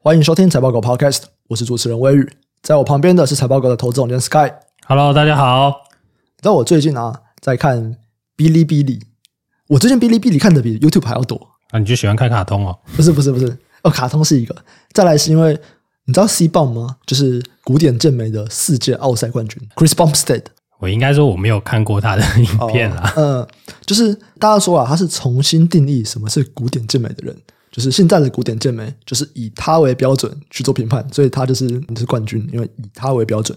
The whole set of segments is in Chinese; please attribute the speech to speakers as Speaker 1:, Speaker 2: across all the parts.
Speaker 1: 欢迎收听财报狗 Podcast，我是主持人微雨，在我旁边的是财报狗的投资总监 Sky。
Speaker 2: Hello，大家好。
Speaker 1: 你知道我最近啊在看哔哩哔哩，我最近哔哩哔哩看的比 YouTube 还要多。
Speaker 2: 啊，你就喜欢看卡通哦？
Speaker 1: 不是不是不是，哦，卡通是一个，再来是因为你知道 C 棒吗？就是古典健美的世界奥赛冠军 Chris Bumstead。
Speaker 2: 我应该说我没有看过他的影片啊啦。
Speaker 1: 嗯、就是大家说啊，他是重新定义什么是古典健美的人，就是现在的古典健美，就是以他为标准去做评判，所以他就是就是冠军，因为以他为标准。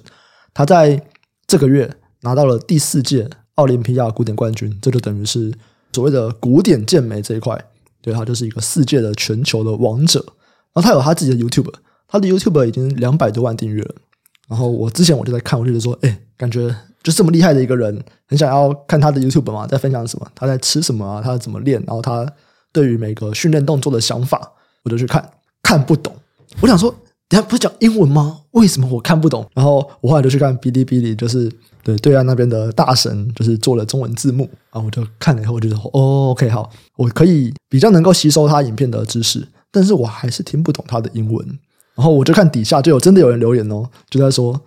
Speaker 1: 他在这个月拿到了第四届奥林匹亚古典冠军，这就等于是所谓的古典健美这一块，对他就是一个世界的全球的王者。然后他有他自己的 YouTube，他的 YouTube 已经两百多万订阅了。然后我之前我就在看，我就觉得说，哎、感觉就这么厉害的一个人，很想要看他的 YouTube 嘛，在分享什么，他在吃什么啊，他怎么练，然后他对于每个训练动作的想法，我就去看，看不懂。我想说，等一下不是讲英文吗？为什么我看不懂？然后我后来就去看哔哩哔哩，就是对对啊岸那边的大神，就是做了中文字幕啊，我就看了以后，我就说，哦，OK，好，我可以比较能够吸收他影片的知识，但是我还是听不懂他的英文。然后我就看底下就有真的有人留言哦，就在说，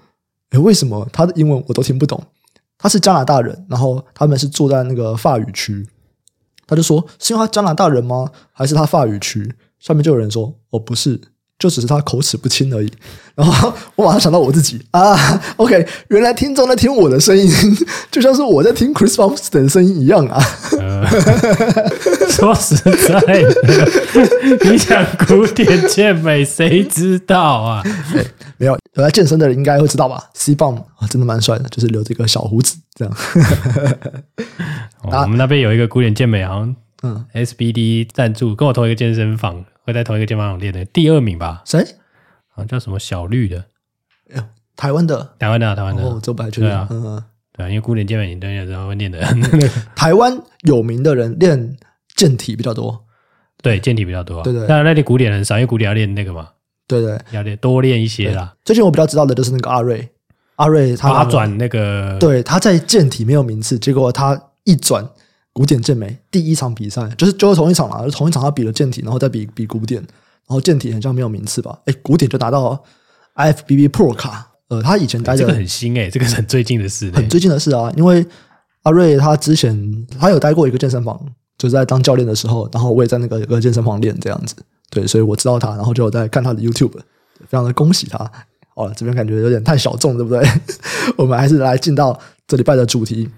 Speaker 1: 诶，为什么他的英文我都听不懂？他是加拿大人，然后他们是住在那个法语区，他就说是因为他加拿大人吗？还是他法语区？下面就有人说哦不是，就只是他口齿不清而已。然后我马上想到我自己啊，OK，原来听众在听我的声音， 就像是我在听 Chris b u m s t e n 的声音一样啊。
Speaker 2: 呃 说实在的，你讲古典健美，谁知道啊？
Speaker 1: 没有有在健身的人应该会知道吧？C 棒啊，真的蛮帅的，就是留这个小胡子这样。
Speaker 2: 哦
Speaker 1: 啊
Speaker 2: 我们那边有一个古典健美，好像嗯 SBD 赞助，跟我同一个健身房，会在同一个健身房练的，第二名吧，
Speaker 1: 谁？
Speaker 2: 好像叫什么小绿的，
Speaker 1: 台湾的
Speaker 2: 台湾的啊，台湾的啊
Speaker 1: 哦，，这我不太确定。
Speaker 2: 对啊
Speaker 1: 嗯，
Speaker 2: 对啊，因为古典健美你都有时候会练的，
Speaker 1: 台湾有名的人练健体比较多，
Speaker 2: 对，健体比较多啊。
Speaker 1: 对对
Speaker 2: 但那里古典很少，因为古典要练那个嘛，
Speaker 1: 对对。
Speaker 2: 要练多练一些啦，
Speaker 1: 最近我比较知道的就是那个阿瑞，阿瑞他
Speaker 2: 八，转那个
Speaker 1: 对，他在健体没有名次，结果他一转古典健美第一场比赛，就是就是同一场啦，就是同一场他比了健体，然后再比比古典，然后健体很像没有名次吧？哎，古典就拿到 IFBB Pro 卡，呃，他以前待
Speaker 2: 这
Speaker 1: 的
Speaker 2: 个很新哎、这个是很最近的事、
Speaker 1: 很
Speaker 2: 欸。
Speaker 1: 最近的事啊，因为阿瑞他之前他有待过一个健身房，就是在当教练的时候，然后我也在那个有呃个健身房练这样子，对，所以我知道他，然后就有在看他的 YouTube，非常的恭喜他。哦，这边感觉有点太小众，对不对？我们还是来进到这礼拜的啊主题。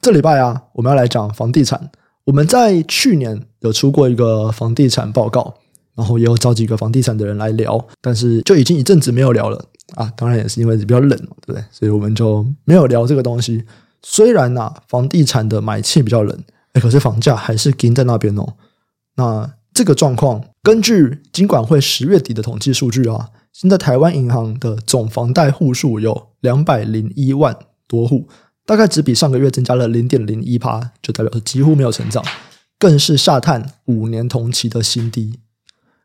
Speaker 1: 这礼拜啊，我们要来讲房地产。我们在去年有出过一个房地产报告，然后也有找几个房地产的人来聊，但是就已经一阵子没有聊了啊。当然也是因为比较冷嘛，对不对？所以我们就没有聊这个东西。虽然呐、啊房地产的买气比较冷，哎，可是房价还是盯在那边哦。那这个状况，根据金管会十月底的统计数据啊，现在台湾银行的总房贷户数有两百零一万多户，大概只比上个月增加了零点零一趴，就代表几乎没有成长，更是下探五年同期的新低。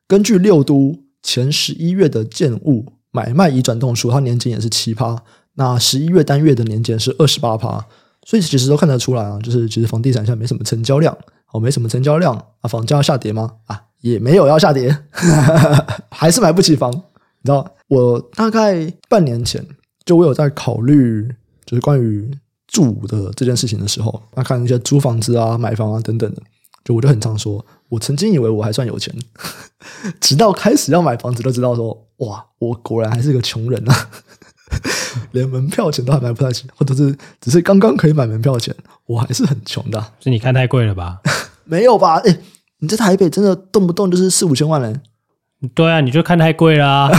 Speaker 1: 根据六都前十一月的建物买卖移转动数，它年减也是七趴，那十一月单月的年减是二十八趴，所以其实都看得出来啊，就是其实房地产现在没什么成交量，哦，没什么成交量啊，房价要下跌吗？啊，也没有要下跌， 还是买不起房。你知道，我大概半年前就我有在考虑，就是关于住的这件事情的时候，那看一些租房子啊、买房啊等等的，就我就很常说，我曾经以为我还算有钱，直到开始要买房子，就知道说，哇，我果然还是个穷人 啊，连门票钱都还买不太起，或者是只是刚刚可以买门票钱，我还是很穷的啊、
Speaker 2: 是你看太贵了吧？
Speaker 1: 没有吧？哎、你在台北真的动不动就是四五千万嘞、
Speaker 2: 对啊，你就看太 贵啦、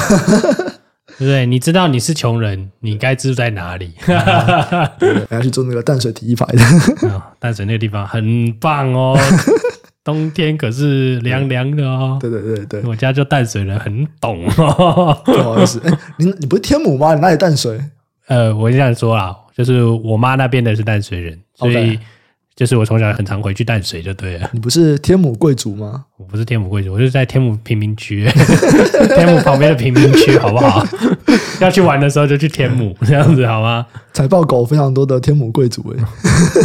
Speaker 2: 对不对？你知道你是穷人，你该住在 哪里？
Speaker 1: 我要去做那个淡水体育牌 的，
Speaker 2: 啊淡水那个地方很棒哦， 冬天可是凉凉的哦。
Speaker 1: 对对对对，
Speaker 2: 我家就淡水人，很懂哦。
Speaker 1: 不好意思，哎、你你不是天母吗？你哪里淡水？
Speaker 2: 呃，我这样说啦，就是我妈那边的是淡水人，所以
Speaker 1: OK
Speaker 2: 就是我从小很常回去淡水就对了。
Speaker 1: 你不是天母贵族吗？
Speaker 2: 我不是天母贵族，我是在天母贫民区， 天母旁边的贫民区，好 不好？要去玩的时候就去天母， 这样子好吗？
Speaker 1: 财报狗非常多的天母贵族哎、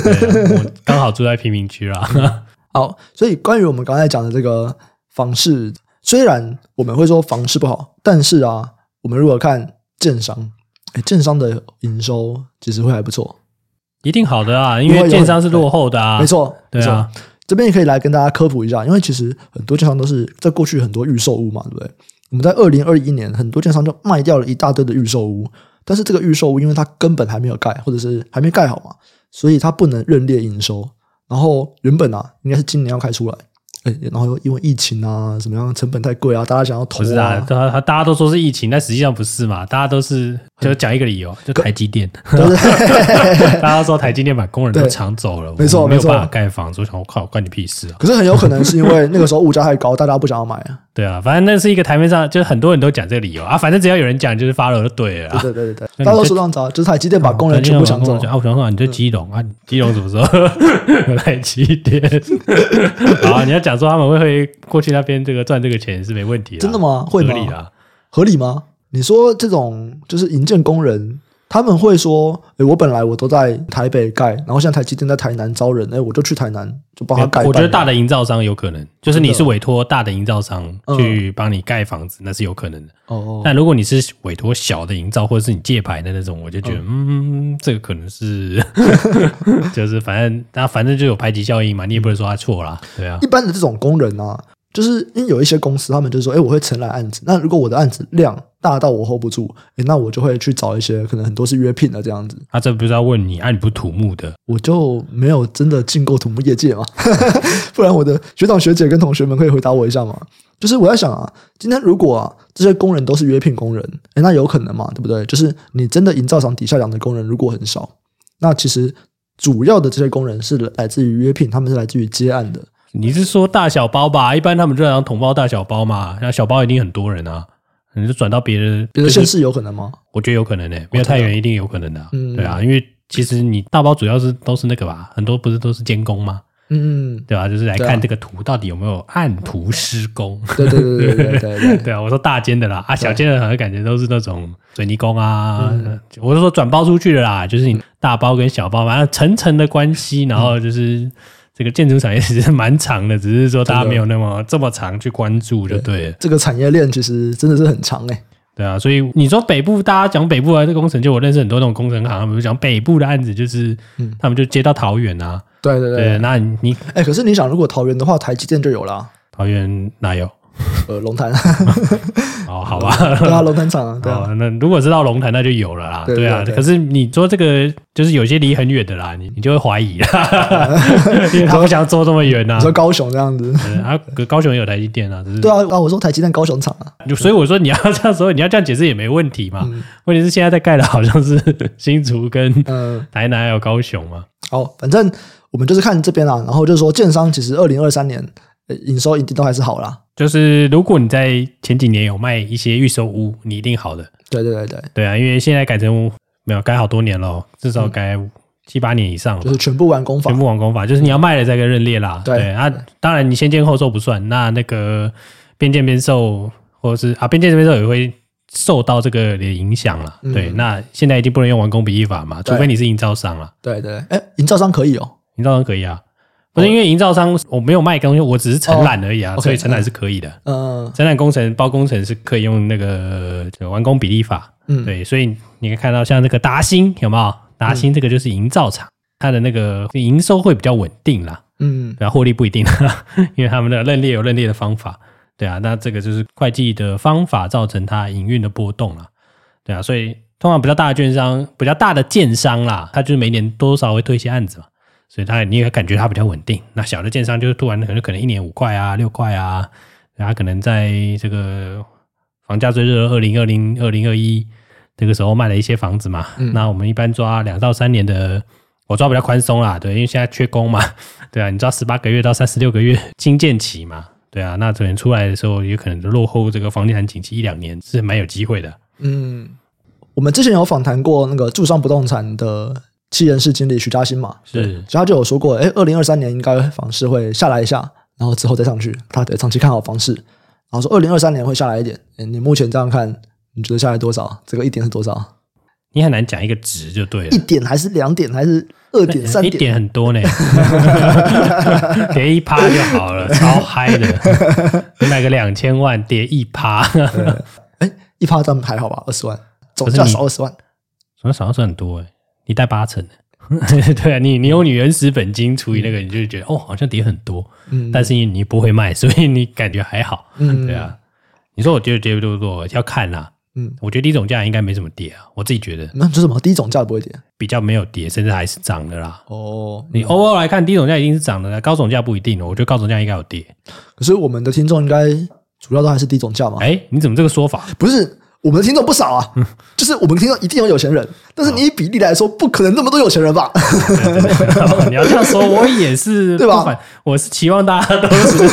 Speaker 2: 对啊，我刚好住在贫民区啦。啊
Speaker 1: 好，所以关于我们刚才讲的这个房市，虽然我们会说房市不好，但是啊，我们如果看建商，哎，建商的营收其实会还不错，
Speaker 2: 一定好的啊，因
Speaker 1: 因为
Speaker 2: 为
Speaker 1: 有
Speaker 2: 建商是落后的啊，
Speaker 1: 没，错，
Speaker 2: 对
Speaker 1: 没
Speaker 2: 啊
Speaker 1: 错。这边也可以来跟大家科普一下，因为其实很多建商都是在过去很多预售屋嘛，对不对？我们在二零二一年，很多建商就卖掉了一大堆的预售屋，但是这个预售屋因为它根本还没有盖，或者是还没盖好嘛，所以它不能认列营收。然后原本啊，应该是今年要开出来，哎，然后又因为疫情啊，怎么样，成本太贵啊，大家想要投
Speaker 2: 不是啊，
Speaker 1: 啊，
Speaker 2: 他他大家都说是疫情，但实际上不是嘛，大家都是就讲一个 理由，就台积电，
Speaker 1: 对不对？
Speaker 2: 大家说台积电把工人都
Speaker 1: 对
Speaker 2: 抢走了，
Speaker 1: 没错
Speaker 2: 我没有
Speaker 1: 没错
Speaker 2: 办法盖房子，我想我靠，关你屁事啊！
Speaker 1: 可是很有可能是因为那个时候物价太高，大家不想要买啊。
Speaker 2: 对啊，反正那是一个台面上，就是很多人都讲这个理由啊，反正只要有人讲，就是发了就对了啊。
Speaker 1: 对对对对对，
Speaker 2: 那你就
Speaker 1: 大多数这样子啊，就是台积电把工人全部抢走嗯
Speaker 2: 啊！，我想说，你就基隆啊，你基隆什么时候 来几点？好啊，你要讲说他们会会过去那边这个赚这个钱是没问题的，
Speaker 1: 真的吗会吗
Speaker 2: 合理啦，
Speaker 1: 合理吗？你说这种就是营建工人，他们会说：“诶，我本来我都在台北盖，然后现在台积电在台南招人，诶，我就去台南就帮他盖。”
Speaker 2: 我觉得大的营造商有可能，就是你是委托大的营造商
Speaker 1: 嗯
Speaker 2: 去帮你盖房子，那是有可能的。
Speaker 1: 哦，
Speaker 2: 但如果你是委托小的营造，或者是你借牌的那种，我就觉得，嗯，这个可能是， 就是反正那反正就有排挤效应嘛，你也不能说他错啦，对啊
Speaker 1: 一，般的这种工人啊，就是因为有一些公司，他们就说：“诶，我会承揽案子。那如果我的案子量大到我 hold 不住，诶，那我就会去找一些可能很多是约聘的这样子。
Speaker 2: 他这不是要问你啊，你不是土木的，
Speaker 1: 我就没有真的进过土木业界嘛， 不然我的学长学姐跟同学们可以回答我一下嘛。就是我在想啊，今天如果啊这些工人都是约聘工人，诶，那有可能嘛，对不对？就是你真的营造厂底下养的工人如果很少，那其实主要的这些工人是来自于约聘，他们是来自于接案的。
Speaker 2: 你是说大小包吧？一般他们就讲统包大小包嘛，那小包一定很多人啊，你就转到别的
Speaker 1: 比如
Speaker 2: 就是
Speaker 1: 县市有可能吗？
Speaker 2: 我觉得有可能呢、没有太远一定有可能的啊、
Speaker 1: 嗯
Speaker 2: 对啊，因为其实你大包主要是都是那个吧，很多不是都是监工吗？
Speaker 1: 嗯，嗯
Speaker 2: 对吧、就是来
Speaker 1: 对啊
Speaker 2: 看这个图到底有没有按图施工。
Speaker 1: 对啊对对对对对对
Speaker 2: 。对啊，我说大间的啦，啊，小间的好像感觉都是那种水泥工啊，
Speaker 1: 嗯
Speaker 2: 我是说转包出去的啦，就是你大包跟小包，反正层层的关系，
Speaker 1: 嗯
Speaker 2: 然后就是这个建筑产业其实蛮长的，只是说大家
Speaker 1: 真的
Speaker 2: 没有那么这么长去关注就对了。
Speaker 1: 这个产业链其实真的是很长哎、
Speaker 2: 对啊，所以你说北部，大家讲北部的这工程，就我认识很多那种工程行，他们就讲北部的案子，就是、
Speaker 1: 嗯
Speaker 2: 他们就接到桃园啊，
Speaker 1: 对对
Speaker 2: 对，
Speaker 1: 对，
Speaker 2: 那你你
Speaker 1: 哎、可是你想，如果桃园的话，台积电就有啦，
Speaker 2: 桃园哪有？
Speaker 1: 呃，龙潭，
Speaker 2: 哦，好吧，
Speaker 1: 对啊，龙潭厂啊，对啊，
Speaker 2: 哦，那如果是到龙潭，那就有了啦，
Speaker 1: 对
Speaker 2: 对啊。
Speaker 1: 对对
Speaker 2: 可是你说这个，就是有些离很远的啦，你你就会怀疑 啦，因为他不想做这么远呐、
Speaker 1: 你说高雄这样子，
Speaker 2: 啊嗯啊。高雄也有台积电啊，只是
Speaker 1: 对啊，啊，我说台积电高雄厂啊，
Speaker 2: 就所以我说你要这样说，你要这样解释也没问题嘛。问题是现在在盖的好像是新竹跟
Speaker 1: 嗯，
Speaker 2: 台南还有高雄嘛，
Speaker 1: 好，反正我们就是看这边啦，啊然后就是说，建商其实二零二三年呃营收一定都还是好啦，
Speaker 2: 就是如果你在前几年有卖一些预售屋，你一定好的。
Speaker 1: 对对对对，
Speaker 2: 对啊，因为现在改成没有改好多年了，哦至
Speaker 1: 嗯
Speaker 2: 少改七八年以上了吧
Speaker 1: 就。是全部完工法
Speaker 2: 全，部完工法，就是你要卖了再跟认列啦。
Speaker 1: 对
Speaker 2: 啊，当然你先建后售不算，那那个边建边售或者是啊边建边售也会受到这个的影响啦。
Speaker 1: 嗯
Speaker 2: 对，那现在已经不能用完工比例法嘛，
Speaker 1: 对
Speaker 2: 除非你是营造商啦，
Speaker 1: 对对，哎，营造商可以哦，
Speaker 2: 营造商可以啊。不是因为营造商我没有卖东西，我只是承揽而已啊，
Speaker 1: 哦，OK，
Speaker 2: 所以承揽是可以的。
Speaker 1: 嗯
Speaker 2: 承揽工程包工程是可以用那个就完工比例法，
Speaker 1: 嗯，
Speaker 2: 对，所以你可以看到像那个达兴有没有？达兴这个就是营造厂，它的那个营收会比较稳定啦。
Speaker 1: 嗯
Speaker 2: 然后获利不一定，啊 因为他们的认列有认列的方法，对啊，那这个就是会计的方法造成它营运的波动啦，对啊，所以通常比较大的券商、比较大的建商啦，它就是每年多少会推一些案子嘛，所以它你也感觉它比较稳定。那小的建商就是突然可能可能一年五块啊、六块啊，然后可能在这个房价最热的二零二零、二零二一这个时候卖了一些房子嘛，那我们一般抓两到三年的。我抓比较宽松啦，对，因为现在缺工嘛，对啊，你知道十八个月到三十六个月 新建期嘛？对啊，那可能出来的时候，有可能落后这个房地产景气一两年，是蛮有机会的。
Speaker 1: 嗯，我们之前有访谈过那个住商不动产的七人事经理徐嘉欣嘛，
Speaker 2: 是
Speaker 1: 对所以他就有说过，哎，二零二三年应该房市会下来一下，然后之后再上去，他得长期看好房市，然后说二零二三年会下来一点，哎，你目前这样看，你觉得下来多少？这个一点是多少？
Speaker 2: 你很难讲一个值就对
Speaker 1: 一
Speaker 2: 了。
Speaker 1: 点还是两点还是二点三
Speaker 2: 一
Speaker 1: 点？
Speaker 2: 点很多呢，跌一趴就好了，超嗨的。你买个两千万，跌一趴，
Speaker 1: 哎，一趴咱们还好吧？二十万，总价
Speaker 2: 可是你
Speaker 1: 少二十万，
Speaker 2: 什么少是很多哎、你贷八成。 对啊，你你用你原始本金除以那个，你就会觉得哦，好像跌很多，
Speaker 1: 嗯，
Speaker 2: 但是你你不会卖，所以你感觉还好。
Speaker 1: 嗯
Speaker 2: 对，啊，你说我觉得跌不多要看啦、
Speaker 1: 嗯，
Speaker 2: 我觉得第一种价应该没怎么跌啊，我自己觉得
Speaker 1: 那就什么？第一总价不会跌
Speaker 2: 比较没有跌，甚至还是涨的啦。
Speaker 1: 哦。
Speaker 2: 你 overall 来看，低总价一定是涨的啦，高总价不一定哦。我觉得高总价应该有跌。
Speaker 1: 可是我们的听众应该主要都还是低总价嘛？
Speaker 2: 哎、你怎么这个说 法？
Speaker 1: 不是，我们的听众不少 啊，就是我们听众一定有有钱人，但是你以比例来说，不可能那么多有钱 人吧？
Speaker 2: 你要这样说，我 也是
Speaker 1: 对吧
Speaker 2: 不反？我是期望大家 都是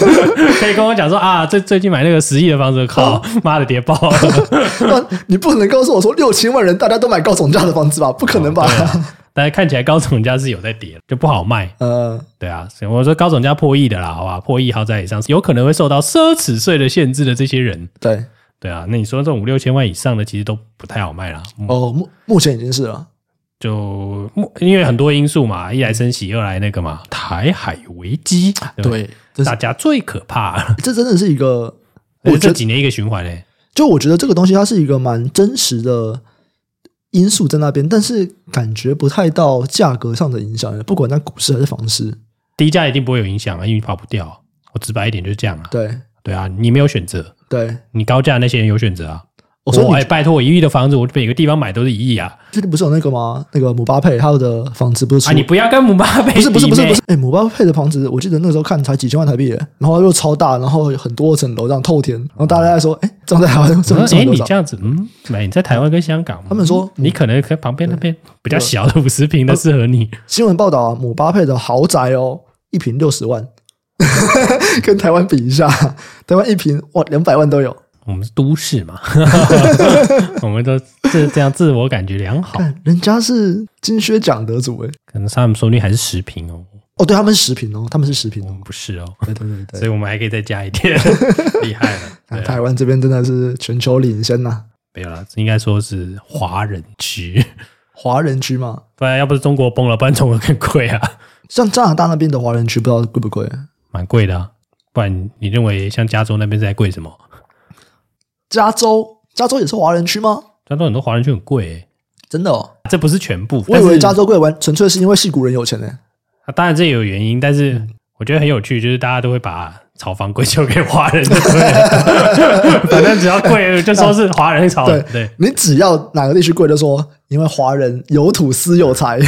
Speaker 2: 可以跟我讲说啊，最最近买那个十亿的房子，靠，
Speaker 1: 嗯
Speaker 2: 妈的跌爆 了，
Speaker 1: 那你不可能告诉我说六千万人大家都买高总价的房子吧？不可能吧？
Speaker 2: 对啊但是看起来高总价是有在跌，就不好卖。
Speaker 1: 呃，
Speaker 2: 对啊，所以我说高总价破亿的啦，好吧，破亿豪宅以上有可能会受到奢侈税的限制的这些人，
Speaker 1: 对，
Speaker 2: 对啊，那你说这种五六千万以上的其实都不太好卖啦，嗯
Speaker 1: 哦，目目前已经是了，
Speaker 2: 就目因为很多因素嘛，一来升息，二来那个嘛，台海危机，对不对，
Speaker 1: 这是
Speaker 2: 大家最可怕，
Speaker 1: 这真的是一个，我
Speaker 2: 我这
Speaker 1: 觉得
Speaker 2: 几年一个循环欸嘞，
Speaker 1: 就我觉得这个东西它是一个蛮真实的。因素在那边，但是感觉不太到价格上的影响，不管在股市还是房市，
Speaker 2: 低价一定不会有影响啊，因为你跑不掉啊、我直白一点就是这样啊，
Speaker 1: 对
Speaker 2: 对啊，你没有选择，
Speaker 1: 对。
Speaker 2: 你高价那些人有选择啊。
Speaker 1: 我说
Speaker 2: 我
Speaker 1: 你
Speaker 2: 哎，拜托，我一亿的房子，我每个地方买都是一亿啊！
Speaker 1: 最近不是有那个吗？那个姆巴佩他的房子不是出、
Speaker 2: 啊，你不要跟姆巴佩
Speaker 1: 不是不是
Speaker 2: 比
Speaker 1: 不是
Speaker 2: 妹
Speaker 1: 不是，哎、姆巴佩的房子，我记得那时候看才几千万台币耶，然后又超大，然后很多层楼这样透天，然后大家在说，哎、这样在台湾这么
Speaker 2: 哎、
Speaker 1: 这么多
Speaker 2: 你
Speaker 1: 少
Speaker 2: 这？样子，嗯，买你在台湾跟香港，嗯
Speaker 1: 他们说
Speaker 2: 你可能可旁边那边比较小的五十平的适 合你，
Speaker 1: 新闻报道啊，姆巴佩的豪宅哦，一平六十万， 跟台湾比一下，台湾一平哇两百万都有，
Speaker 2: 我们是都市嘛， 我们都这这样自我感觉良好，
Speaker 1: 看人家是金靴奖得主哎，
Speaker 2: 可能他们说不定还是十平哦，
Speaker 1: 哦，对，他们是十平哦，他们是十平
Speaker 2: 我
Speaker 1: 哦
Speaker 2: 们，不是哦，
Speaker 1: 对对对对
Speaker 2: 所以我们还可以再加一点， 厉害了，对
Speaker 1: 啊
Speaker 2: 啊，
Speaker 1: 台湾这边真的是全球领先呐、
Speaker 2: 没有了，应该说是华人区，
Speaker 1: 华人区嘛，
Speaker 2: 不然要不是中国崩了，不然中国更贵啊，
Speaker 1: 像加拿大那边的华人区，不知道贵不贵？
Speaker 2: 蛮贵的、啊，不然你认为像加州那边在贵什么？
Speaker 1: 加州，加州也是华人区吗？
Speaker 2: 加州很多华人区很贵欸、
Speaker 1: 真的哦，
Speaker 2: 这不是全部，
Speaker 1: 我以
Speaker 2: 但
Speaker 1: 为
Speaker 2: 是
Speaker 1: 加州贵完纯粹是因为戏骨人有钱呢、
Speaker 2: 啊，当然这也有原因，但是我觉得很有趣，就是大家都会把炒房归咎给华人，就 对了，反正只要贵就说是华人炒的，对，
Speaker 1: 你只要哪个地区贵，就说因为华人有土私有财。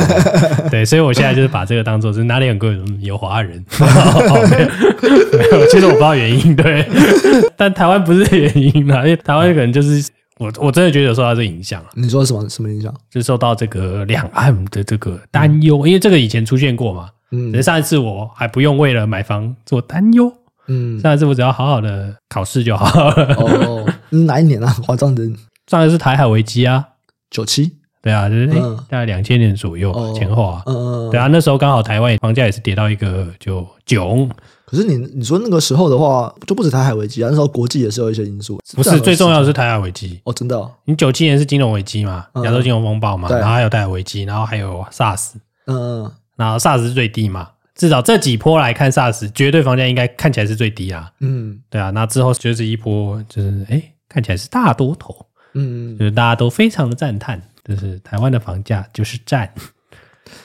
Speaker 2: 对，所以我现在就是把这个当做是哪里很贵，嗯有华人，哦没有没有，其实我不知道原因，对，但台湾不是原因啦，因为台湾可能就是。我我真的觉得有受到这个影响了，啊
Speaker 1: 你说什么什么影响？
Speaker 2: 就受到这个两岸的这个担忧，因为这个以前出现过嘛。只
Speaker 1: 嗯
Speaker 2: 是上一次我还不用为了买房做担忧，
Speaker 1: 嗯，
Speaker 2: 上一次我只要好好的考试就好了。
Speaker 1: 哦，嗯哪一年啊？华张的
Speaker 2: 上一次台海危机啊，
Speaker 1: 九七，
Speaker 2: 对啊，就是、诶
Speaker 1: 嗯
Speaker 2: 大概两千年左右、
Speaker 1: 哦
Speaker 2: 前后啊，
Speaker 1: 嗯，
Speaker 2: 对啊，那时候刚好台湾房价也是跌到一个就囧，
Speaker 1: 可是你你说那个时候的话，就不止台海危机啊，那时候国际也是有一啊些因素。
Speaker 2: 不
Speaker 1: 这
Speaker 2: 是
Speaker 1: 样的
Speaker 2: 最重要的
Speaker 1: 事
Speaker 2: 是台海危机
Speaker 1: 情。哦，真的哦，
Speaker 2: 你九七年是金融危机嘛，亚洲金融风暴嘛，
Speaker 1: 嗯对
Speaker 2: 然后还有台海危机，然后还有 SARS，
Speaker 1: 嗯嗯
Speaker 2: 然后 SARS 是最低嘛，至少这几波来看 SARS 绝对房价应该看起来是最低啊，
Speaker 1: 嗯
Speaker 2: 对啊，那之后就是一波就是哎看起来是大多头，
Speaker 1: 嗯
Speaker 2: 就，是大家都非常的赞叹，就是台湾的房价就是赞。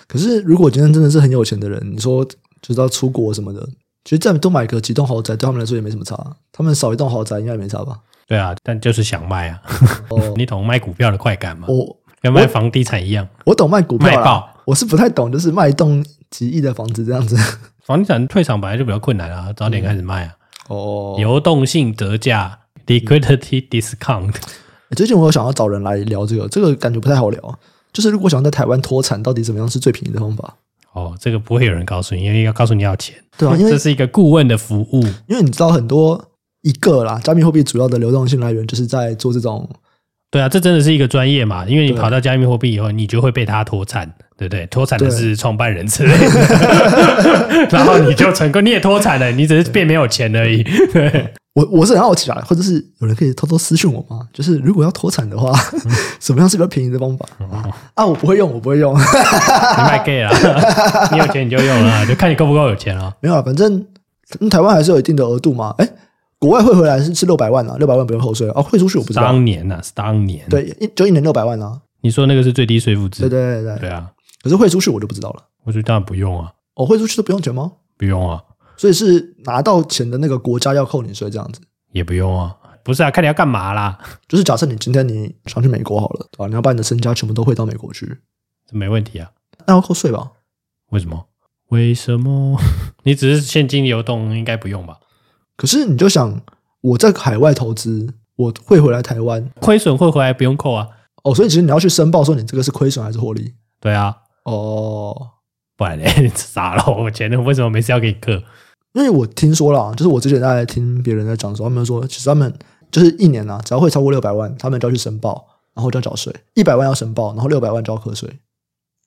Speaker 1: 可是如果今天真的是很有钱的人，你说就是要出国什么的，其实再多买个几栋豪宅，对他们来说也没什么差啊。他们少一栋豪宅应该也没差吧？
Speaker 2: 对啊，但就是想卖啊，
Speaker 1: 哦
Speaker 2: 你懂卖股票的快感吗？
Speaker 1: 我
Speaker 2: 跟卖房地产一样，
Speaker 1: 我懂卖股票
Speaker 2: 卖
Speaker 1: 哦啦
Speaker 2: 爆，
Speaker 1: 我是不太懂，就是卖一栋几亿的房子这样子。
Speaker 2: 房地产退场本来就比较困难啊，早点开始卖啊，
Speaker 1: 哦，
Speaker 2: 流动性折价 （liquidity discount）
Speaker 1: 哎最近我有想要找人来聊这个，这个感觉不太好聊。就是如果想要在台湾脱产，到底怎么样是最便宜的方法？
Speaker 2: 哦，这个不会有人告诉你，因为要告诉你要钱，
Speaker 1: 对啊，因为
Speaker 2: 这是一个顾问的服务，
Speaker 1: 因为你知道很多一个啦，加密货币主要的流动性来源就是在做这种
Speaker 2: 对啊，这真的是一个专业嘛，因为你
Speaker 1: 对
Speaker 2: 跑到加密货币以后，你就会被它脱产，对不对？脱产的
Speaker 1: 对
Speaker 2: 是创办人之类 的， 然后你就成功，你也脱产了，你只是变没有钱而已。对，
Speaker 1: 我我是很好奇啊，或者是有人可以偷偷私讯我吗？就是如果要脱产的话， 什么样是比较便宜的方法啊？啊，我不会用，我不会用。
Speaker 2: 你卖 gay 了，你有钱你就 用了，就看你够不够有钱了。
Speaker 1: 没有啊，反正、嗯台湾还是有一定的额度嘛。哎，国外汇回来是是六百万啊，六百万不用扣税啊，汇出去我不知道。
Speaker 2: 当年呐、啊，是当年。，
Speaker 1: 对，一就一年六百万啊。
Speaker 2: 你说那个是最低税负制。
Speaker 1: 对对对对。
Speaker 2: 对啊，
Speaker 1: 可是汇出去我就不知道了。
Speaker 2: 我说当然不用啊，
Speaker 1: 哦，汇出去都不用钱吗？
Speaker 2: 不用啊，
Speaker 1: 所以是拿到钱的那个国家要扣你税，这样子。
Speaker 2: 也不用啊，不是啊，看你要干嘛啦，
Speaker 1: 就是假设你今天你想去美国好了，对吧？你要把你的身家全部都汇到美国去，
Speaker 2: 这没问题啊。
Speaker 1: 那要扣税吧？
Speaker 2: 为什么？为什么？ 你只是现金流动，应该不用吧？
Speaker 1: 可是你就想，我在海外投资，我汇回来台湾，
Speaker 2: 亏损会回来不用扣啊。
Speaker 1: 哦，所以其实你要去申报说你这个是亏损还是获利。
Speaker 2: 对啊，
Speaker 1: 哦，
Speaker 2: 不然嘞， 傻了，我钱为什么没事要给你克？
Speaker 1: 因为我听说啦，就是我之前在听别人在讲说，他们说其实他们就是一年啊，只要会超过六百万，他们就要去申报，然后就要缴税，一百万要申报，然后六百万就要课税，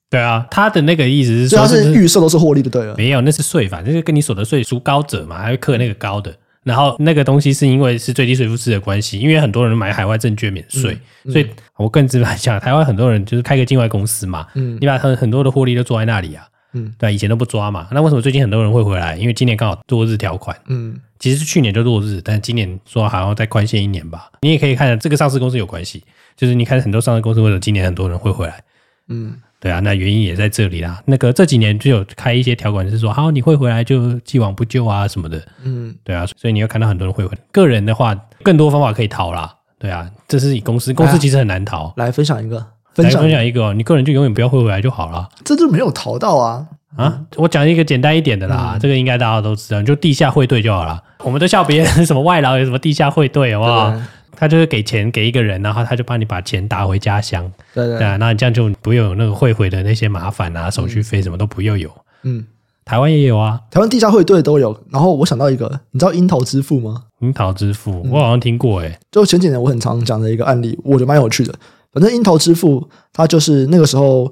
Speaker 2: 对啊，他的那个意思是
Speaker 1: 所以
Speaker 2: 说
Speaker 1: 它是预设都是获利就对了。
Speaker 2: 没有，那是税，反正就跟你所得税孰高者嘛，还会克那个高的。然后那个东西是因为是最低税负制的关系，因为很多人买海外证券免税，
Speaker 1: 嗯
Speaker 2: 所以我更直白讲，台湾很多人就是开个境外公司嘛，
Speaker 1: 嗯
Speaker 2: 你把很很多的获利都做在那里啊，
Speaker 1: 嗯
Speaker 2: 对啊，以前都不抓嘛，那为什么最近很多人会回来？因为今年刚好落日条款，
Speaker 1: 嗯，
Speaker 2: 其实是去年就落日，但今年说好像再宽限一年吧。你也可以看这个上市公司有关系，就是你看很多上市公司为什么今年很多人会回来，
Speaker 1: 嗯，
Speaker 2: 对啊，那原因也在这里啦。那个这几年就有开一些条款是说，好你会回来就既往不咎啊什么的，
Speaker 1: 嗯，
Speaker 2: 对啊，所以你会看到很多人会回来。个人的话，更多方法可以逃啦，对啊，这是以公司，公司其实很难逃。
Speaker 1: 来分享一个，
Speaker 2: 来
Speaker 1: 哎分享
Speaker 2: 分，享一个、哦，你个人就永远不要会回来就好了
Speaker 1: 这就没有逃到啊。
Speaker 2: 啊！我讲一个简单一点的啦，
Speaker 1: 嗯
Speaker 2: 这个应该大家都知道，你就地下汇兑就好了。我们都笑别人 什么外劳有什么地下汇兑，好不好？
Speaker 1: 啊
Speaker 2: 他就是给钱给一个人，然后他就帮你把钱打回家乡，
Speaker 1: 对对
Speaker 2: 对啊，那你这样就不用有那个汇回的那些麻烦啊，手续费什么都不用有。
Speaker 1: 嗯，
Speaker 2: 台湾也有啊，
Speaker 1: 台湾地下汇兑都有。然后我想到一个，你知道樱桃支付吗？
Speaker 2: 樱桃支付，
Speaker 1: 嗯
Speaker 2: 我好像听过诶、
Speaker 1: 就前几年我很常讲的一个案例，我觉得蛮有趣的。反正樱桃支付，它就是那个时候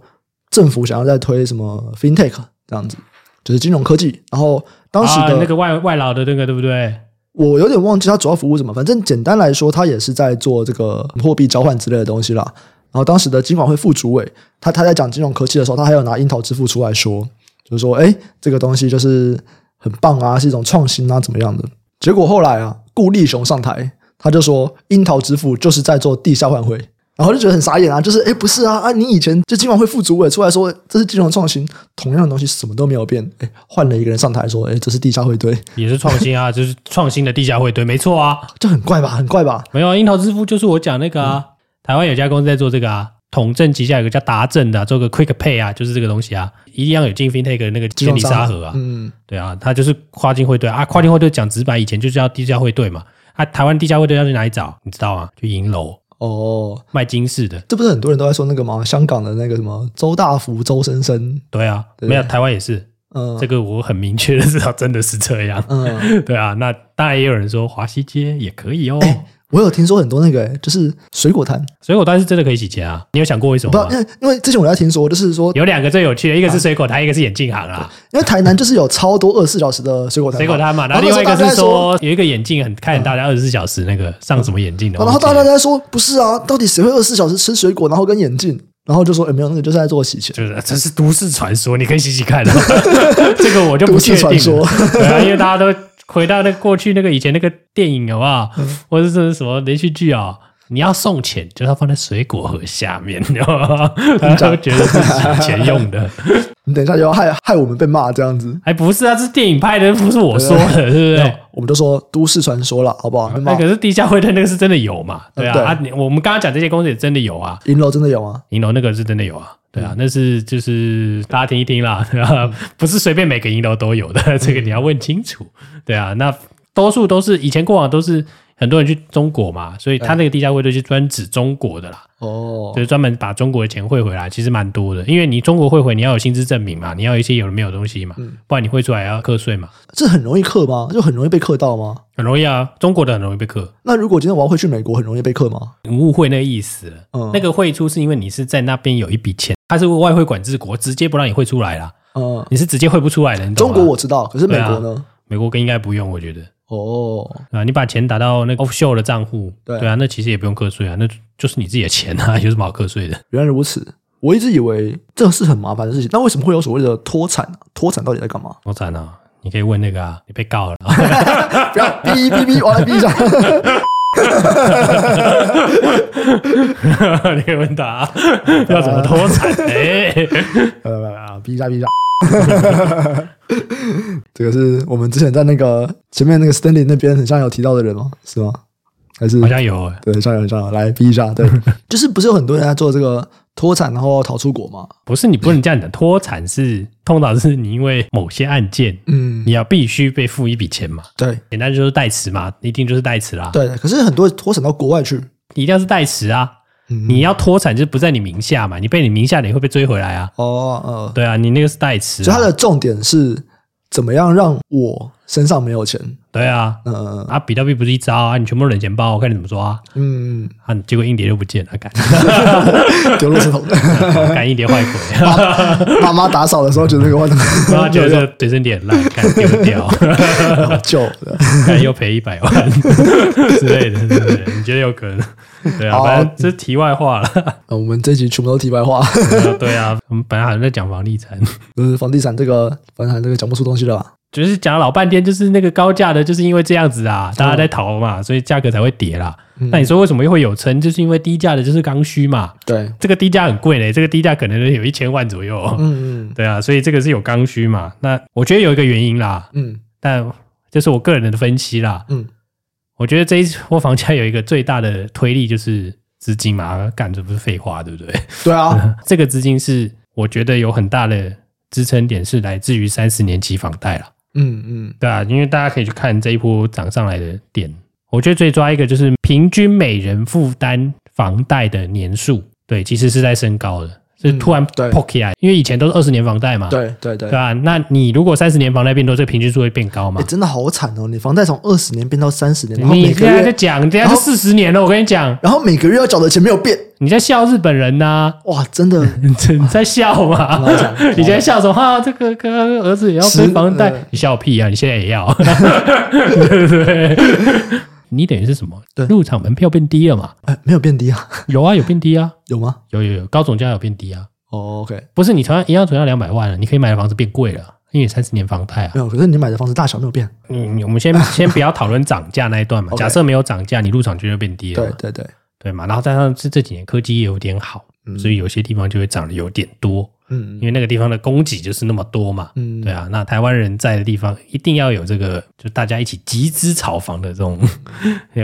Speaker 1: 政府想要在推什么 fintech 这样子，就是金融科技。然后当时
Speaker 2: 啊
Speaker 1: 的、
Speaker 2: 那个外外劳的那个对不对？
Speaker 1: 我有点忘记它主要服务什么，反正简单来说，它也是在做这个货币交换之类的东西啦。然后当时的金管会副主委，他他在讲金融科技的时候，他还有拿樱桃支付出来说，就是说，哎，这个东西就是很棒啊，是一种创新啊，怎么样的？结果后来啊，顾立雄上台，他就说樱桃支付就是在做地下换汇。然后就觉得很傻眼啊，就是哎，诶不是啊啊！你以前就金管会副主委出来说这是金融创新，同样的东西什么都没有变，哎，换了一个人上台说，哎，这是地下汇兑，
Speaker 2: 也是创 新啊，就是创新的地下汇兑，没错啊。
Speaker 1: 就很怪吧，很怪吧？
Speaker 2: 没有啊，樱桃支付就是我讲那个
Speaker 1: 嗯
Speaker 2: 啊，台湾有家公司在做这个啊，统证旗下有个叫达正的啊、做个 Quick Pay 啊，就是这个东西啊，一样有进 FinTech 的那个
Speaker 1: 金
Speaker 2: 千
Speaker 1: 融
Speaker 2: 里沙
Speaker 1: 商
Speaker 2: 河啊，
Speaker 1: 嗯，
Speaker 2: 对啊，它就是跨境汇兑啊，跨境汇兑讲直白，以前就叫地下汇兑嘛。啊，台湾地下汇兑要去哪里找？你知道吗？去银楼
Speaker 1: 哦，
Speaker 2: 卖金饰的。
Speaker 1: 这不是很多人都在说那个吗？香港的那个什么周大福、周生生，
Speaker 2: 对啊，
Speaker 1: 对
Speaker 2: 没有台湾也是，
Speaker 1: 嗯，
Speaker 2: 这
Speaker 1: 个，
Speaker 2: 个我很明确的知道，真的是这样。
Speaker 1: 嗯，
Speaker 2: 对啊，那当然也有人说华西街也可以哦，
Speaker 1: 我有听说很多那个、欸就是水果摊，
Speaker 2: 水果摊是真的可以洗钱啊。你有想过为什
Speaker 1: 不
Speaker 2: 么
Speaker 1: 知道，
Speaker 2: 吗
Speaker 1: 因？为因为之前我在听说，就是说，
Speaker 2: 有两个最有趣的，一个是水果摊，一个是眼镜行啊。
Speaker 1: 因为台南就是有超多二十四小时的水果摊，
Speaker 2: 水果摊嘛，
Speaker 1: 然
Speaker 2: 然后
Speaker 1: 后
Speaker 2: 另外一个
Speaker 1: 大家
Speaker 2: 是
Speaker 1: 在说。
Speaker 2: 说有一个眼镜很看大家二十四小时那个上什么眼镜的，
Speaker 1: 嗯然后大家在说不是啊，到底谁会二十四小时吃水果，然后跟眼镜？然后就说哎、没有，那个就是在做洗钱。
Speaker 2: 就是呃这是都市传说，你可以洗洗看、啊 这个我就不确定
Speaker 1: 都市传
Speaker 2: 了。对啊，因为大家都回到那个过去那个以前那个电影好不好，
Speaker 1: 嗯
Speaker 2: 或者是什么连续剧啊、你要送钱，就要放在水果盒下面，你知道吗？大 家都觉得是洗钱用的，
Speaker 1: 你等一下就要害害我们被骂这样子，
Speaker 2: 哎，不是啊，这是电影拍的，不是我说的，对不对？
Speaker 1: 我们就说都市传说了，好不好？被
Speaker 2: 那
Speaker 1: 骂
Speaker 2: 可是地下会的那个是真的有嘛？对啊，
Speaker 1: 对
Speaker 2: 啊，你我们刚刚讲这些公司也真的有啊，
Speaker 1: 银楼真的有啊？
Speaker 2: 银楼那个是真的有啊，对啊，那是就是大家听一听啦， 对啊，不是随便嗯每个银楼都有的，这个你要问清楚，对啊，那多数都是以前过往都是很多人去中国嘛，所以他那个地下汇兑是专指中国的啦，
Speaker 1: 哦
Speaker 2: 就，是专门把中国的钱汇回来，其实蛮多的。因为你中国汇回，你要有薪资证明嘛，你要有一些有的没有的东西嘛，不然你汇出来要课税嘛，
Speaker 1: 这很容易克吗？就很容易被克到吗？
Speaker 2: 很容易啊。中国的很容易被课，
Speaker 1: 那如果今天我要回去美国，很容易被克吗？
Speaker 2: 你误会那个意思了。
Speaker 1: 嗯，
Speaker 2: 那个汇出是因为你是在那边有一笔钱，它是外汇管制国，直接不让你汇出来啦，
Speaker 1: 嗯，
Speaker 2: 你是直接汇不出来的。你懂
Speaker 1: 中
Speaker 2: 吗
Speaker 1: 国我知道，可是美国呢？
Speaker 2: 美国应该不用，我觉得。
Speaker 1: 哦，
Speaker 2: 啊，你把钱打到那个 offshore 的账户，
Speaker 1: 对
Speaker 2: 啊，那其实也不用课税啊，那就就是你自己的钱啊， 有什么好课税的？
Speaker 1: 原来如此。我一直以为这是很麻烦的事情，那为什么会有所谓的脱产啊？脱产到底在干嘛？
Speaker 2: 我惨啊！你可以问那个啊，你被告了啊，
Speaker 1: 不要哔哔哔，我来哔一下。
Speaker 2: 你可以问他、啊、要怎么脱产？ 哎、
Speaker 1: 呃，哔一下，哔一 下。这个是我们之前在那个前面那个 Stanley 那边很像有提到的人吗？是吗？还是
Speaker 2: 好像有、欸，
Speaker 1: 对，很像有很像有来逼一下，对，就是不是有很多人在做这个脱产然后逃出国嘛？
Speaker 2: 不是你不能这样讲，脱产是通常是你因为某些案件，
Speaker 1: 嗯
Speaker 2: 你，要必须被付一笔钱嘛，
Speaker 1: 对
Speaker 2: 简单就是代持嘛，一定就是代持啦，
Speaker 1: 对，可是很多脱产到国外去，
Speaker 2: 一定要是代持啊，
Speaker 1: 嗯
Speaker 2: 你要脱产就不在你名下嘛，你被你名下的你会被追回来啊，
Speaker 1: 哦，呃，
Speaker 2: 对啊，你那个是代持、
Speaker 1: 所以它
Speaker 2: 啊，
Speaker 1: 的重点是怎么样让我身上没有钱？
Speaker 2: 对啊，
Speaker 1: 嗯
Speaker 2: 啊，比特币不是一招啊，你全部冷钱包，我看你怎么抓啊！
Speaker 1: 嗯，
Speaker 2: 啊结果硬碟就不见了，干
Speaker 1: 丢垃圾 桶，
Speaker 2: 干硬碟坏 鬼，
Speaker 1: 妈妈打扫的时候觉得那个
Speaker 2: 然后
Speaker 1: 话
Speaker 2: 就个随身碟很烂，干丢掉，
Speaker 1: 旧的。
Speaker 2: 干又赔一百 万之类的，对不对？你觉得有可能？对啊，
Speaker 1: 好
Speaker 2: 反正这是题外话了。
Speaker 1: 呃我们这集全部都题外话，
Speaker 2: 对啊，我们本来好像在讲房地产，
Speaker 1: 就是房地产这个，房地产这个讲不出东西了吧？
Speaker 2: 就是讲了老半天，就是那个高价的，就是因为这样子啊，大家在逃嘛，所以价格才会跌啦。那你说为什么会有撑？就是因为低价的就是刚需嘛，
Speaker 1: 对，
Speaker 2: 这个低价很贵嘞，这个低价可能有一千万左右。
Speaker 1: 嗯嗯
Speaker 2: 对啊，所以这个是有刚需嘛。那我觉得有一个原因啦，
Speaker 1: 嗯
Speaker 2: 但这是我个人的分析啦。
Speaker 1: 嗯，
Speaker 2: 我觉得这一波房价有一个最大的推力就是资金嘛，干这不是废话，对不 对？
Speaker 1: 对 啊，
Speaker 2: 这个资金是我觉得有很大的支撑点是来自于三十年期房贷啦。
Speaker 1: 嗯嗯
Speaker 2: 对啊，因为大家可以去看这一波涨上来的点。我觉得最抓一个就是平均每人负担房贷的年数，对，其实是在升高的，是突然
Speaker 1: 嗯对
Speaker 2: p o 起来，因为以前都是二十年房贷嘛，
Speaker 1: 对对对
Speaker 2: 对。啊，那你如果三十年房贷变多，这个平均数会变高嘛
Speaker 1: 哎、？真的好惨哦！你房贷从二十年变到三十年， 然后
Speaker 2: 你
Speaker 1: 每个
Speaker 2: 现在在
Speaker 1: 月，
Speaker 2: 讲，人家
Speaker 1: 然
Speaker 2: 是
Speaker 1: 后
Speaker 2: 四十年了，我跟你讲，
Speaker 1: 然后每个月要缴的钱没有变，
Speaker 2: 你在笑日本人呐、
Speaker 1: 哇，真的
Speaker 2: 你在 笑嘛
Speaker 1: 好惨好？惨
Speaker 2: 你在笑什么？啊这个刚刚儿子也要背房贷
Speaker 1: 十呃，
Speaker 2: 你笑屁啊！你现在 也要，对不对？你等于是什么？
Speaker 1: 对
Speaker 2: 入场门票变低了嘛？
Speaker 1: 哎没有变低啊？
Speaker 2: 有啊，有变低啊，
Speaker 1: 有吗？
Speaker 2: 有有有，高总价有变低啊。
Speaker 1: 哦，OK，
Speaker 2: 不是你同样一样同样两百万了，你可以买的房子变贵了，因为三十年房贷啊。
Speaker 1: 没有。可是你买的房子大小没有变，
Speaker 2: 嗯，我 们先先不要讨论涨价那一段嘛。
Speaker 1: OK
Speaker 2: 假设没有涨价，你入场券就变低了
Speaker 1: 对
Speaker 2: 嘛，
Speaker 1: 对对，
Speaker 2: 对嘛？然后加上这这几年科技也有点好，所以有些地方就会涨得有点多，
Speaker 1: 嗯
Speaker 2: 因为那个地方的供给就是那么多嘛。
Speaker 1: 嗯，
Speaker 2: 对啊，那台湾人在的地方一定要有这个，就大家一起集资炒房的这种，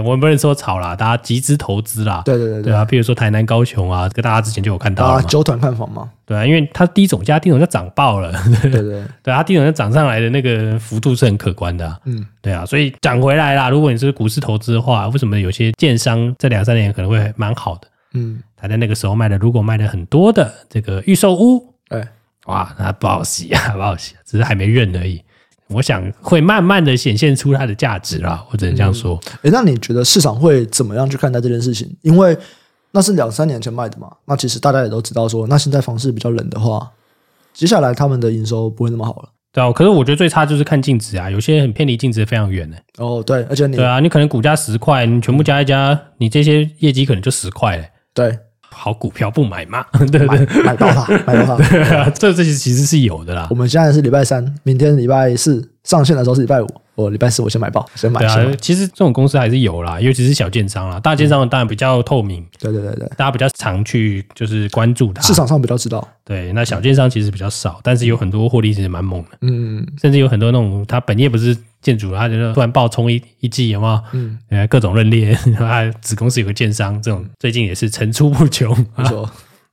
Speaker 2: 我们不能说炒啦，大家集资投资啦。
Speaker 1: 对对对
Speaker 2: 对啊，譬如说台南、高雄啊，这个大家之前就有看到
Speaker 1: 啊，
Speaker 2: 了嘛。
Speaker 1: 九团看房嘛，
Speaker 2: 对啊，因为它低总价，低总价涨爆了，
Speaker 1: 对对对，
Speaker 2: 对啊，它低总价涨上来的那个幅度是很可观的、啊。
Speaker 1: 嗯，
Speaker 2: 对啊，所以讲回来啦，如果你是股市投资的话，为什么有些建商这两三年可能会蛮好的？
Speaker 1: 嗯，
Speaker 2: 他在那个时候卖的，如果卖的很多的这个预售屋，
Speaker 1: 哎，
Speaker 2: 哇，那不好洗啊， 不好洗、啊，只是还没认而已。我想会慢慢的显现出它的价值啦，我只能这样说。
Speaker 1: 哎，那你觉得市场会怎么样去看待这件事情？因为那是两三年前卖的嘛，那其实大家也都知道说，那现在房市比较冷的话，接下来他们的营收不会那么好了。
Speaker 2: 对啊，可是我觉得最差就是看净值啊，有些很偏离净值非常远呢、
Speaker 1: 哦，对，而且你
Speaker 2: 对啊，你可能股价十块，你全部加一加，你这些业绩可能就十块嘞、
Speaker 1: 对
Speaker 2: 好股票不买嘛，对不
Speaker 1: 买
Speaker 2: 对？
Speaker 1: 买到它，买到它。
Speaker 2: 对啊，这这些其实是有的啦
Speaker 1: 我。们现在是礼拜三，明天礼拜四上线的时候是礼拜五，哦我礼拜四我先买爆，先买，
Speaker 2: 对
Speaker 1: 先买
Speaker 2: 啊，其实这种公司还是有啦，尤其是小建商啦，大建商当然比较透明，
Speaker 1: 对对对对，
Speaker 2: 大家比较常去就是关注它。
Speaker 1: 市场上比较知道，
Speaker 2: 对，那小建商其实比较少，但是有很多获利其实蛮猛的，
Speaker 1: 嗯，
Speaker 2: 甚至有很多那种他本业不是建筑，他就是突然爆冲一一季，有没有？
Speaker 1: 嗯
Speaker 2: 呃，各种认列， 他子公司有个建商，这种最近也是层出不穷。
Speaker 1: 没错，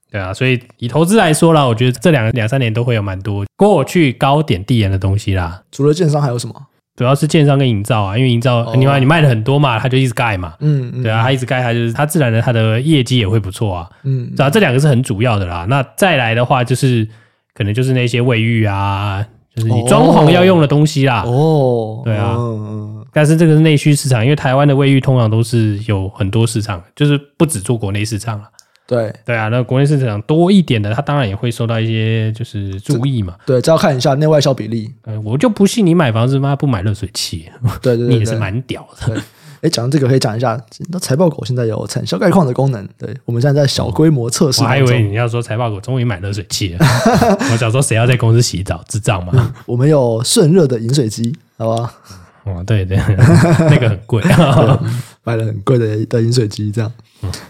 Speaker 2: 对啊，所以以投资来说啦，我觉得这两两三年都会有蛮多过去高点递延的东西啦。
Speaker 1: 除了建商还有什么？
Speaker 2: 主要是建商跟营造啊，因为营造
Speaker 1: 哦
Speaker 2: 你看你卖的很多嘛，他就一直盖嘛，
Speaker 1: 嗯，嗯
Speaker 2: 对啊，，他一直盖，他就是他自然的他的业绩也会不错啊，
Speaker 1: 嗯
Speaker 2: 对啊，这两个是很主要的啦。那再来的话就是可能就是那些卫浴啊，就是你装潢要用的东西啦。
Speaker 1: 哦，
Speaker 2: 啊对啊
Speaker 1: 嗯，嗯
Speaker 2: 但是这个是内需市场，因为台湾的卫浴通常都是有很多市场，就是不只做国内市场了。
Speaker 1: 对
Speaker 2: 对啊，那国内市场多一点的，它当然也会受到一些就是注意嘛。
Speaker 1: 对，这要看一下内外销比例。
Speaker 2: 嗯，我就不信你买房子妈不买热水器，
Speaker 1: 对对对，
Speaker 2: 你也是
Speaker 1: 对
Speaker 2: 蛮屌的。
Speaker 1: 哎，讲到这个可以讲一下，那财报狗现在有产销概况的功能，对我们现在在小规模测试
Speaker 2: 我还以
Speaker 1: 当
Speaker 2: 为
Speaker 1: 中，
Speaker 2: 你要说财报狗终于买热水器 了，我想说谁要在公司洗澡，智障吗？
Speaker 1: 我们有顺热的饮水机，好吧，
Speaker 2: 哦，对对，那个很贵。啊
Speaker 1: 买了很贵的的饮水机，这样。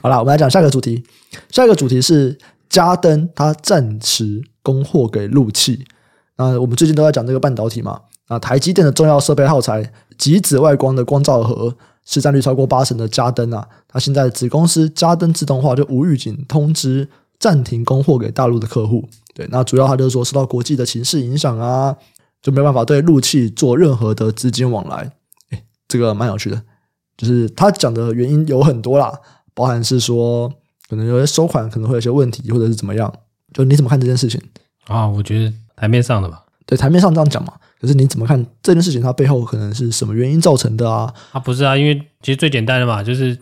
Speaker 1: 好了，我们来讲下一个主题，下一个主题是嘉登它暂时供货给陆气。那我们最近都在讲这个半导体嘛，那台积电的重要设备耗材极紫外光的光照盒市占率超过八成的嘉登啊，它现在子公司嘉登自动化就无预警通知暂停供货给大陆的客户。对，那主要它就是说受到国际的情势影响啊，就没办法对陆气做任何的资金往来。诶这个蛮有趣的，就是他讲的原因有很多啦，包含是说可能有些收款可能会有些问题，或者是怎么样。就你怎么看这件事情？
Speaker 2: 啊、我觉得台面上的吧，
Speaker 1: 对台面上这样讲嘛，可是你怎么看这件事情？它背后可能是什么原因造成的啊？
Speaker 2: 啊，不是啊，因为其实最简单的嘛，就是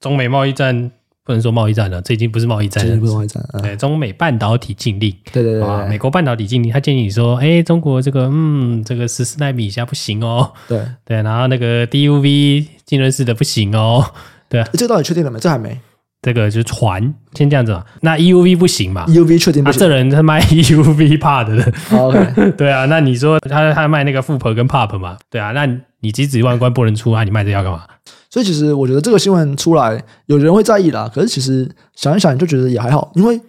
Speaker 2: 中美贸易战，不能说贸易战了，这已经不是贸易
Speaker 1: 这
Speaker 2: 战
Speaker 1: 是不
Speaker 2: 了。
Speaker 1: 容易讲。嗯，
Speaker 2: 对，呃中美半导体禁令
Speaker 1: 对对对
Speaker 2: 啊，美
Speaker 1: 对
Speaker 2: 国半导体禁令，他建议你说，哎，中国这个，嗯，这个十四纳米以下不行哦，
Speaker 1: 对，诶
Speaker 2: 对，然后那个 DUV 浸润式的不行哦，
Speaker 1: 这个到底确定了没？这还没
Speaker 2: 这个就是传，先这样子嘛，那 EUV 不行嘛，
Speaker 1: EUV 确定 E 不
Speaker 2: 啊，
Speaker 1: 行。
Speaker 2: 这人他卖 EUV 怕的了，
Speaker 1: 好 OK，
Speaker 2: 对啊，那你说他他卖那个富婆跟 pop 嘛，对啊，那你几十万关不能出啊，你卖这要干嘛？
Speaker 1: 所以其实我觉得这个新闻出来，有人会在意啦。可是其实想一想，你就觉得也还好，因为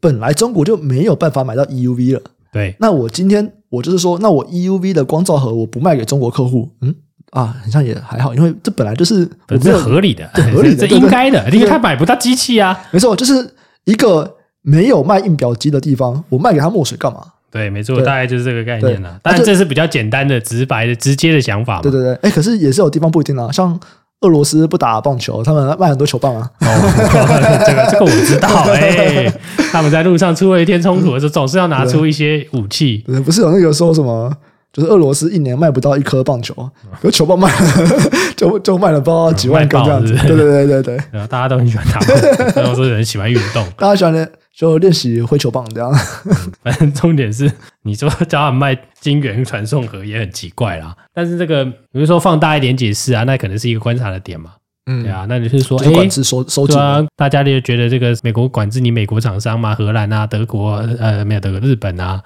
Speaker 1: 本来中国就没有办法买到 EUV 了。
Speaker 2: 对，
Speaker 1: 那我今天我就是说，那我 EUV 的光照盒我不卖给中国客户，嗯啊，好像也还好，因为这本来就是我
Speaker 2: 这
Speaker 1: 没
Speaker 2: 是
Speaker 1: 有
Speaker 2: 合理的，
Speaker 1: 合理的
Speaker 2: 这
Speaker 1: 对对
Speaker 2: 应该的，
Speaker 1: 对
Speaker 2: 因为他买不到机器啊。
Speaker 1: 没错，就是一个没有卖印表机的地方，我卖给他墨水干嘛？
Speaker 2: 对，没错，
Speaker 1: 对
Speaker 2: 大概就是这个概念了
Speaker 1: 对。
Speaker 2: 当然，
Speaker 1: 啊这
Speaker 2: 这是比较简单的、直白的、直接的想法嘛。
Speaker 1: 对对对，哎，可是也是有地方不一定啊，像俄罗斯不打棒球，他们卖很多球棒啊，
Speaker 2: 哦，这个这个我知 道，哎，他们在路上出了一天冲突的时候，总是要拿出一些武器。
Speaker 1: 对不是有那个说什么？就是俄罗斯一年卖不到一颗棒球，可是球棒卖 就就卖了不知道几万根这样子。
Speaker 2: 卖爆
Speaker 1: 对
Speaker 2: 是不
Speaker 1: 对
Speaker 2: 是
Speaker 1: 对对对，
Speaker 2: 然后大家都很喜欢打棒球，然后说有人喜欢运动，
Speaker 1: 大家喜欢练就练习挥球棒这样。
Speaker 2: 反正重点是，你说叫他们卖金元传送盒也很奇怪啦。但是这个，比如说放大一点解释啊，那可能是一个观察的点嘛。
Speaker 1: 嗯
Speaker 2: 对，啊，那你是说，
Speaker 1: 就是
Speaker 2: 哎、
Speaker 1: 管制收收紧
Speaker 2: 对。啊，大家就觉得这个美国管制你美国厂商嘛，荷兰啊、德国呃没有德国、日本啊，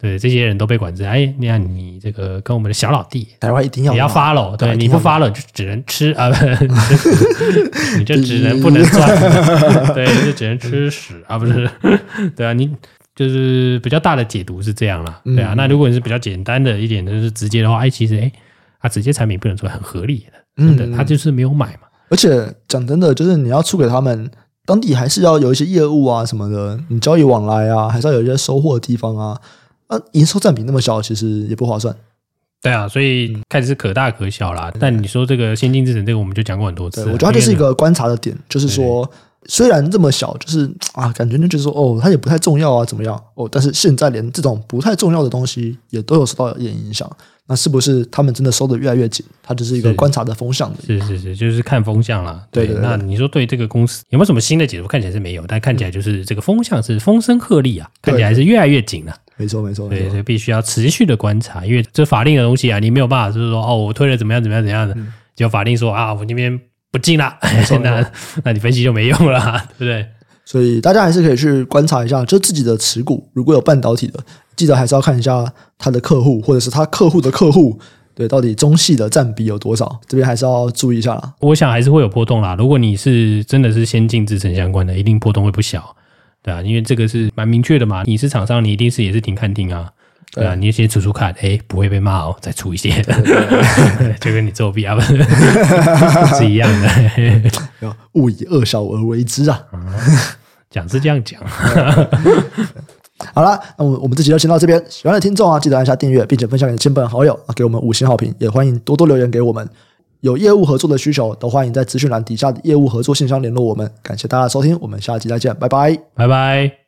Speaker 2: 对这些人都被管制。哎，你看你这个跟我们的小老弟。
Speaker 1: 台湾一定要
Speaker 2: 你要
Speaker 1: 嘛
Speaker 2: follow，
Speaker 1: 对
Speaker 2: 对，
Speaker 1: 一
Speaker 2: 你
Speaker 1: 定
Speaker 2: 不
Speaker 1: 要嘛
Speaker 2: follow 你就只能吃啊，不是你就只能不能赚，对，你就只能吃屎啊，不是， 对啊，你就是比较大的解读是这样啦，对啊，那如果你是比较简单的一点，就是直接的话，哎，其实哎，啊，直接产品不能做很合理的，真的，他就是没有买嘛，
Speaker 1: 嗯而且讲真的，就是你要出给他们，当地还是要有一些业务啊什么的，你交易往来啊，还是要有一些收获的地方啊。啊，营收占比那么小，其实也不划算。
Speaker 2: 对啊，所以看似可大可小啦。但你说这个先进制程，这个我们就讲过很多
Speaker 1: 嗯
Speaker 2: 次
Speaker 1: 对，
Speaker 2: 了。
Speaker 1: 我觉得它就是一个观察的点，就是说，虽然这么小，就是啊，感觉就是说，哦，它也不太重要啊，怎么样？哦，但是现在连这种不太重要的东西也都有受到一点影响，那是不是他们真的收的越来越紧？它就是一个
Speaker 2: 是
Speaker 1: 观察的风向的。
Speaker 2: 因为呢。是是是，就是看风向啦。
Speaker 1: 对对对
Speaker 2: 那你说对这个公司有没有什么新的解读？看起来是没有，但看起来就是这个风向是风声鹤唳啊，
Speaker 1: 嗯对
Speaker 2: 看起来是越来越紧了、啊
Speaker 1: 没错，没错，没
Speaker 2: 对，
Speaker 1: 错
Speaker 2: 所。以必须要持续的观察，因为这法令的东西啊，你没有办法就是说哦，我推了怎么样怎么样怎样的，
Speaker 1: 嗯
Speaker 2: 就法令说啊，我那边不进啦， 那那你分析就没用啦，对不对？
Speaker 1: 所以大家还是可以去观察一下，就自己的持股，如果有半导体的，记得还是要看一下他的客户，或者是他客户的客户，对，到底中系的占比有多少，这边还是要注意一下啦。
Speaker 2: 我想还是会有波动啦。如果你是真的是先进制程相关的，一定波动会不小，对啊，因为这个是蛮明确的嘛。你是厂商，你一定是也是停看停啊，对啊，你先出出看，哎，不会被骂哦，再出一些， 就跟你作弊啊，不是是一样的。
Speaker 1: 要勿以恶小而为之啊！
Speaker 2: 讲是这样讲，
Speaker 1: 好啦，那我我们这集就先到这边。喜欢的听众啊，记得按下订阅，并且分享给亲朋好友，啊，给我们五星好评，也欢迎多多留言给我们。有业务合作的需求，都欢迎在资讯栏底下的业务合作信箱联络我们。感谢大家的收听，我们下期再见，拜拜。
Speaker 2: 拜拜。